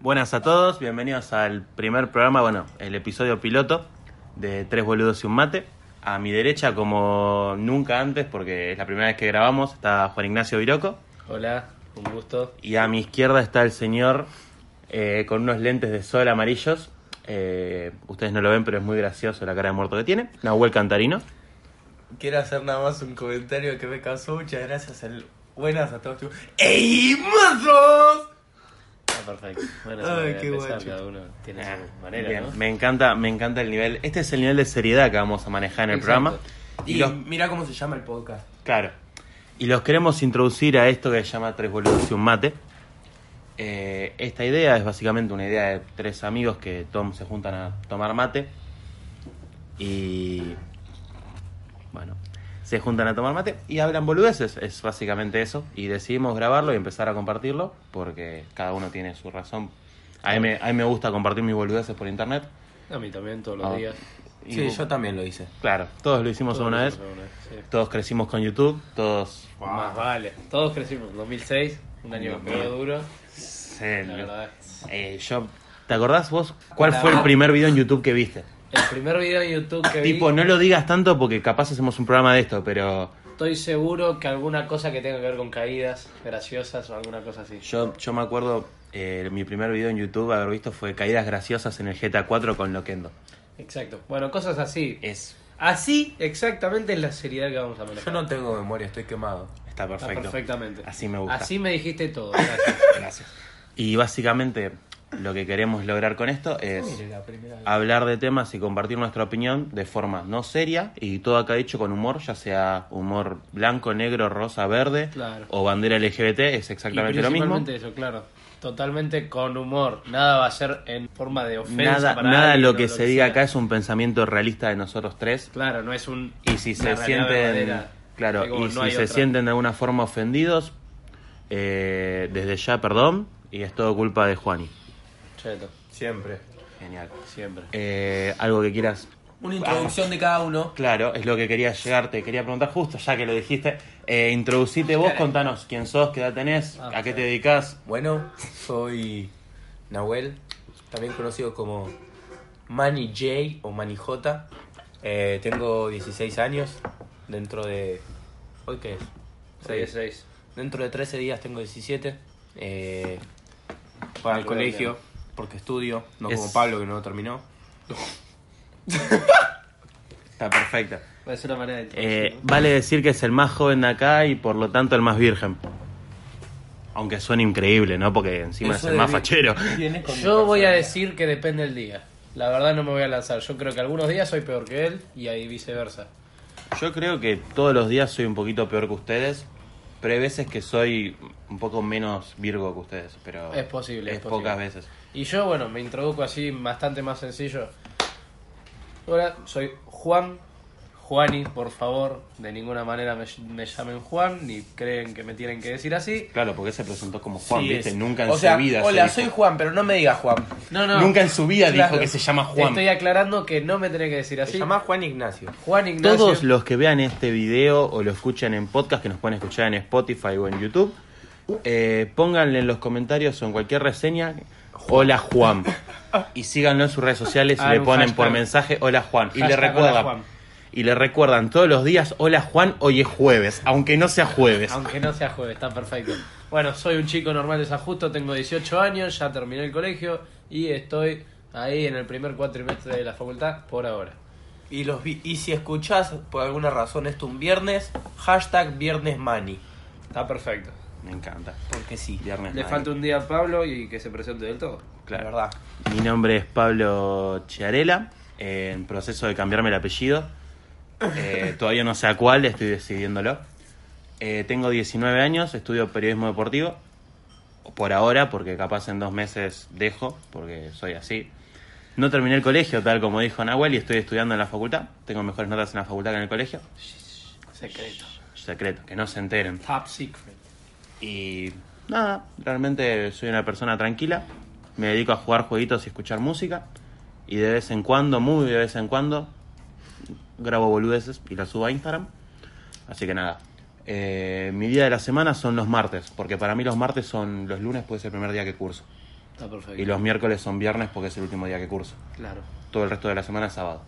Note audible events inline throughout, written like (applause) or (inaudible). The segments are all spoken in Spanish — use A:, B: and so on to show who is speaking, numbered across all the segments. A: Buenas a todos, bienvenidos al primer programa, bueno, el episodio piloto de Tres Boludos y un Mate. A mi derecha, como nunca antes, porque es la primera vez que grabamos, está Juan Ignacio Viroco.
B: Hola, un gusto.
A: Y a mi izquierda está el señor eh, con unos lentes de sol amarillos. Eh, ustedes no lo ven, pero es muy gracioso la cara de muerto que tiene. Nahuel Cantarino.
C: Quiero hacer nada más un comentario que me causó muchas gracias. al- Buenas a todos. tu- ¡Ey, mazos!
B: Ah, perfecto. Bueno,
C: Ay,
B: Ay,
C: qué
B: qué
C: guacho. Ah,
B: Cada uno tiene su manera,
A: Bien,
B: ¿no?
A: Me encanta, me encanta el nivel. Este es el nivel de seriedad que vamos a manejar en el
B: Exacto.
A: programa. Y
C: Y
A: los-
C: mira cómo se llama el podcast.
A: Claro. Y los queremos introducir a esto que se llama Tres Boludos y un Mate. Eh, esta idea es básicamente una idea de tres amigos que tom- se juntan a tomar mate. Y. Bueno, se juntan a tomar mate y hablan boludeces. Es básicamente eso. Y decidimos grabarlo y empezar a compartirlo porque cada uno tiene su razón. A mí me, a mí me gusta compartir mis boludeces por internet.
B: A mí también, todos los
A: Ah.
B: días.
A: Y
C: Sí,
A: vos-
C: yo también lo hice.
A: Claro, todos lo hicimos
B: Todos
A: una
B: lo
A: vez.
B: hacemos una vez, sí.
A: Todos crecimos con YouTube. Todos
B: Más vale. Todos crecimos en 2006, un año que pegó duro.
A: Sí,
B: La verdad es-
A: eh, yo, ¿Te acordás vos cuál
C: La-
A: fue el primer video en YouTube que viste?
B: El primer video en YouTube que vi,
A: Ah, Tipo, no lo digas tanto porque capaz hacemos un programa de esto, pero
B: estoy seguro que alguna cosa que tenga que ver con caídas graciosas o alguna cosa así.
A: yo, yo me acuerdo, eh, mi primer video en YouTube haber visto fue Caídas Graciosas en el GTA 4 con Loquendo.
B: Exacto. Bueno, cosas así.
C: Eh.
A: Es,
B: Así exactamente es la seriedad que vamos a manejar.
C: Yo no tengo memoria, estoy quemado.
A: está
B: Está
A: perfecto.
B: perfectamente.
A: Así me gusta.
B: Así me dijiste todo. Gracias.
A: Gracias. Y básicamente lo que queremos lograr con esto es hablar de temas y compartir nuestra opinión de forma no seria y todo acá dicho con humor, ya sea humor blanco, negro, rosa, verde
B: Claro.
A: o bandera LGBT, es (laughs) exactamente
B: Y
A: lo mismo.
B: principalmente eso, claro. Totalmente con humor. Nada va a ser en forma de ofensa.
A: Nada,
B: para
A: nada
B: alguien,
A: lo
B: o
A: que se diga
B: sea.
A: acá es un pensamiento realista de nosotros tres.
B: Claro, no es un.
A: Y si se
B: una realidad
A: sienten,
B: verdadera.
A: claro,
B: Es como
A: y
B: no
A: si
B: hay
A: se
B: otra.
A: sienten de alguna forma ofendidos, eh, desde ya perdón y es todo culpa de Juani.
B: Cheto,
C: Siempre.
A: Genial.
B: siempre.
A: Eh, algo que quieras
C: Una introducción de cada uno.
A: Claro, es lo que quería llegarte. Quería preguntar justo, ya que lo dijiste. Eh, introducite vos, contanos quién sos, qué edad tenés,
B: Ah,
A: a qué te dedicas.
C: Bueno, soy Nahuel, también conocido como Manny J o Manny J. Eh, tengo 16 años. Dentro de. ¿Hoy qué es?
B: Seis, seis.
C: Dentro de 13 días tengo 17. Eh, para el
B: Saludable.
C: colegio, porque estudio, no
A: Es-
C: como Pablo que no terminó.
A: Está perfecta.
B: Es una manera de.
A: Eh, vale decir que es el más joven de acá y por lo tanto el más virgen. Aunque suena increíble, ¿no? Porque encima
C: Eso
A: es el más
C: de-
A: fachero.
C: viene con mi
B: Yo voy a
C: personalidad.
B: decir que depende del día. La verdad no me voy a lanzar. Yo creo que algunos días soy peor que él y ahí viceversa.
A: Yo creo que todos los días soy un poquito peor que ustedes. Pero hay veces que soy un poco menos virgo que ustedes. Pero
B: Es posible,
A: Es,
B: es posible.
A: pocas veces.
B: Y yo, bueno, me introduzco así bastante más sencillo. Hola, soy Juan. Juani, por favor, de ninguna manera me, me llamen Juan, ni creen que me tienen que decir así.
A: Claro, porque se presentó como Juan,
C: Sí,
A: ¿viste?
C: es-
A: Nunca en
C: o sea,
A: su vida. se
C: Hola,
A: dijo.
C: soy Juan, pero no me digas Juan.
B: No, no.
A: Nunca en su vida
C: Claro.
A: dijo que se llama
B: Te
A: Juan.
B: estoy aclarando que no me tenés que decir
C: Se
B: así.
C: llama Juan Ignacio.
B: Juan Ignacio.
A: Todos los que vean este video o lo escuchan en podcast, que nos pueden escuchar en Spotify o en YouTube, eh, pónganle en los comentarios o en cualquier reseña, hola Juan. Y síganlo en sus redes sociales y
B: Ah,
A: le
B: un
A: ponen por
B: hashtag.
A: mensaje hola Juan. Y le
B: Hashtag, hola,
A: recuerdan.
B: Juan.
A: Y le recuerdan todos los días, hola Juan, hoy es jueves, aunque no sea jueves.
B: Aunque no sea jueves, está perfecto. Bueno, soy un chico normal desajusto, tengo 18 años, ya terminé el colegio y estoy ahí en el primer cuatrimestre de la facultad por ahora.
C: Y, los vi- y si escuchás por alguna razón esto un viernes, hashtag viernes Manny.
B: Está perfecto.
A: Me encanta.
C: Porque sí,
A: Viernes.
B: Le
A: Night.
B: falta un día a Pablo y que se presente del todo.
A: Claro.
C: la verdad.
A: Mi nombre es Pablo Chiarela, eh, en proceso de cambiarme el apellido. Eh, todavía no sé a cuál, estoy decidiéndolo. Eh, tengo 19 años, estudio periodismo deportivo. Por ahora, porque capaz en dos meses dejo, porque soy así. No terminé el colegio, tal como dijo Nahuel, y estoy estudiando en la facultad. Tengo mejores notas en la facultad que en el colegio.
B: Secreto.
A: Secreto, que no se enteren.
B: Top secret.
A: Y nada, realmente soy una persona tranquila. Me dedico a jugar jueguitos y escuchar música. Y de vez en cuando, muy de vez en cuando, grabo boludeces y las subo a Instagram. Así que nada. Eh, mi día de la semana son los martes, porque para mí los martes son los lunes, puede ser el primer día que curso.
B: Está perfecto.
A: Y los miércoles son viernes porque es el último día que curso.
B: Claro.
A: Todo el resto de la semana es sábado.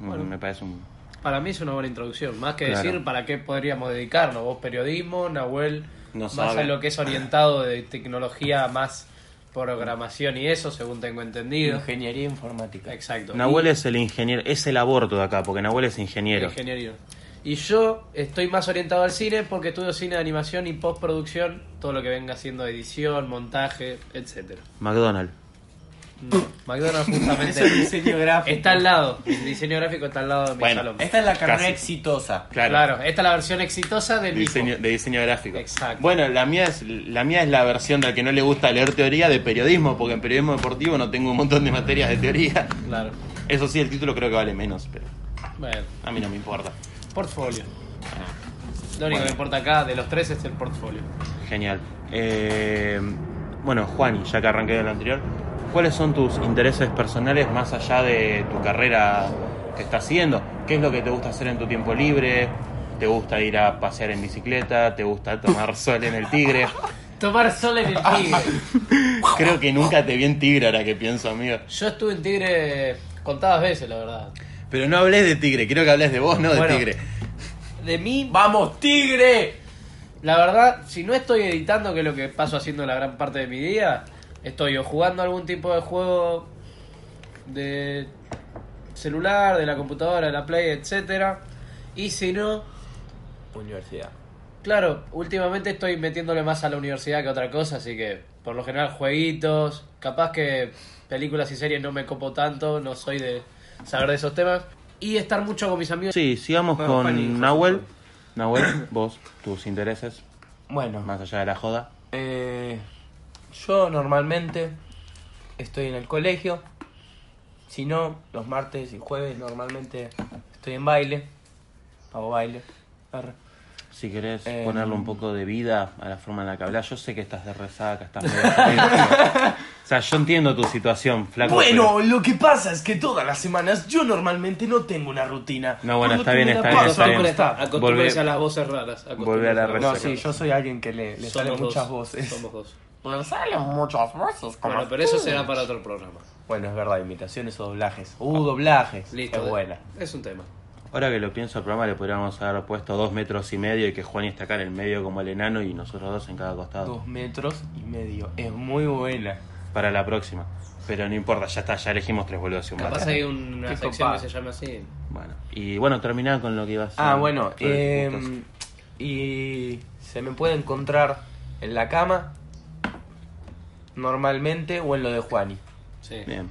A: Mm,
B: Bueno.
A: Me parece un...
B: Para mí es una buena introducción. Más que
A: Claro.
B: decir para qué podríamos dedicarnos. Vos periodismo, Nahuel,
A: No
B: más
A: sabe.
B: a lo que es orientado de tecnología, más programación y eso, según tengo entendido.
C: Ingeniería informática.
B: Exacto.
A: Nahuel
B: Y-
A: es el ingeniero, es el aborto de acá, porque Nahuel es ingeniero.
B: Ingeniero. Y yo estoy más orientado al cine porque estudio cine de animación y postproducción, todo lo que venga siendo edición, montaje, etcétera.
A: McDonald's.
B: No, McDonald's
A: (laughs)
C: Es el
B: justamente
C: diseño gráfico.
B: está al lado, el diseño gráfico está al lado de mi
A: Bueno,
B: salón.
C: Esta es la carrera
A: Casi.
C: exitosa.
B: Claro. esta es la versión exitosa del
A: De diseño,
B: diseño.
A: de diseño gráfico.
B: Exacto.
A: Bueno, la mía, es, la mía es la versión del que no le gusta leer teoría de periodismo, porque en periodismo deportivo no tengo un montón de materias de teoría. (laughs)
B: Claro.
A: Eso sí, el título creo que vale menos, pero
B: Bueno,
A: a mí no me importa.
B: portfolio. Lo único
A: Bueno.
B: que importa acá de los tres es el portfolio.
A: Genial. Eh, bueno, Juani, ya que arranqué del anterior, ¿cuáles son tus intereses personales más allá de tu carrera que estás haciendo? ¿Qué es lo que te gusta hacer en tu tiempo libre? ¿Te gusta ir a pasear en bicicleta? ¿Te gusta tomar (laughs) sol en el tigre?
B: Tomar sol en el tigre.
A: Creo que nunca te vi en tigre ahora que pienso, amigo.
B: Yo estuve en tigre contadas veces, la verdad.
A: Pero no hables de tigre, quiero que hables de vos, no de
B: Bueno.
A: tigre.
B: De mí
C: ¡Vamos, tigre!
B: La verdad, si no estoy editando, que es lo que paso haciendo la gran parte de mi día, estoy o jugando algún tipo de juego de celular, de la computadora, de la Play, etcétera. Y si no,
C: Universidad.
B: claro, últimamente estoy metiéndole más a la universidad que a otra cosa, así que por lo general jueguitos, capaz que películas y series no me copo tanto, no soy de saber de esos temas. Y estar mucho con mis amigos.
A: Sí, sigamos
C: Vamos,
A: con
C: Juani, hijo.
A: Nahuel. Nahuel, vos, tus intereses,
C: Bueno,
A: más allá de la joda.
C: eh, yo normalmente estoy en el colegio. Si no, los martes y jueves normalmente estoy en baile. Hago baile. Arre.
A: Si querés
C: Eh,
A: ponerle un poco de vida a la forma en la que hablas, yo sé que estás de resaca, estás (laughs) medio jodido. O sea, yo entiendo tu situación, flaco.
C: Bueno, lo que pasa es que todas las semanas yo normalmente no tengo una rutina.
A: No, bueno,
C: Por lo
A: está
C: que
A: bien,
C: me la
A: está bien,
C: paso
A: está bien.
C: acostada.
B: Acostúmbrense
A: Volvé-
B: a las voces
A: volvé
B: raras.
A: a la
B: acostúmbrense
C: No,
B: las voces
C: sí,
B: raras.
C: yo soy alguien que le, le salen
B: Somos dos,
C: muchas voces.
A: (laughs)
B: Somos dos.
C: Bueno, salen muchas voces. como
B: Bueno, pero eso
C: tú.
B: será para otro programa.
C: Bueno, es verdad, imitaciones o doblajes. Uh, doblajes.
B: Listo.
C: Qué
B: de-
C: buena.
B: Es un tema.
A: Ahora que lo pienso, al programa le podríamos haber puesto dos metros y medio y que Juan está acá en el medio como el enano y nosotros dos en cada costado.
C: Dos metros y medio. Es muy buena.
A: Para la próxima. Pero no importa, ya está, ya elegimos tres boludos y un
B: Capaz
A: vato.
B: hay una
C: Qué
B: sección
C: copado.
B: que se llama así.
A: Bueno, y bueno, terminá con lo que ibas a
C: Ah, bueno.
A: sobre tus gustos.
C: em, y se me puede encontrar en la cama. Normalmente o en lo de Juani.
B: Sí.
A: Bien.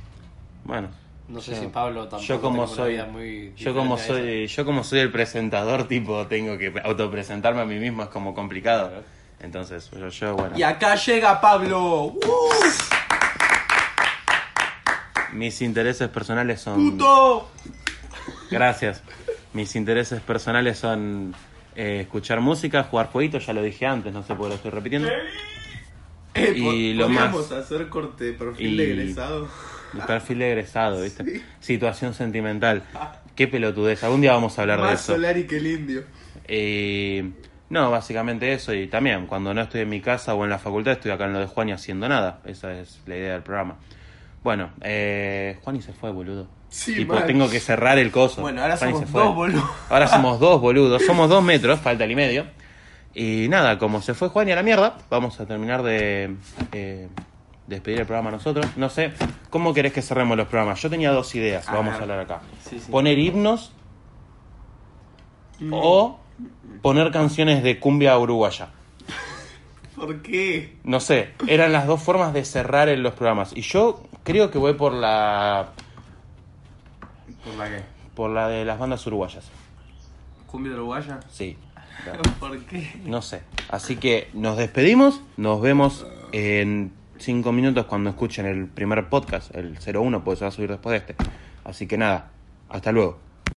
A: Bueno.
B: No sé
A: Yo-
B: si Pablo tampoco.
A: Yo como
B: tengo una
A: soy
B: vida muy
A: yo como
B: diferente a esa.
A: soy yo como soy el presentador tipo tengo que autopresentarme a mí mismo es como complicado. Entonces, yo, yo bueno,
C: Y acá llega Pablo. ¡Uh!
A: mis intereses personales son
C: ¡Puto!
A: Gracias. Mis intereses personales son eh, escuchar música, jugar jueguitos, ya lo dije antes, no sé por qué lo estoy repitiendo.
D: Eh,
A: Y
D: po-
A: lo más-
D: podríamos hacer corte de perfil
A: Y-
D: de egresado.
A: El perfil de egresado,
D: (laughs)
A: ¿viste? Situación sentimental. Qué pelotudez. Algún día vamos a hablar de
D: Más
A: eso.
D: Solari que el indio.
A: Eh, no, básicamente eso. Y también, cuando no estoy en mi casa o en la facultad, estoy acá en lo de Juan y haciendo nada. Esa es la idea del programa. Bueno, eh, Juan y se fue, boludo.
D: Sí,
A: tipo,
D: mal.
A: tengo que cerrar el coso.
C: Bueno, ahora
A: Juan y
C: somos
A: se fue.
C: dos (laughs) boludos.
A: Ahora somos dos boludos. Somos dos metros, falta el y medio. Y nada, como se fue Juan y a la mierda, vamos a terminar de eh, despedir el programa nosotros. No sé, ¿cómo querés que cerremos los programas? Yo tenía dos ideas,
C: A
A: vamos
C: ver.
A: a hablar acá.
C: Sí, sí.
A: Poner himnos o poner canciones de cumbia uruguaya.
D: ¿Por qué?
A: No sé, eran las dos formas de cerrar en los programas. Y yo creo que voy por la
D: ¿Por la qué?
A: por la de las bandas uruguayas.
D: ¿Cumbia uruguaya?
A: Sí.
D: (laughs) ¿Por qué?
A: No sé. Así que nos despedimos, nos vemos en cinco minutos cuando escuchen el primer podcast, el 01, porque se va a subir después de este. Así que nada, hasta luego.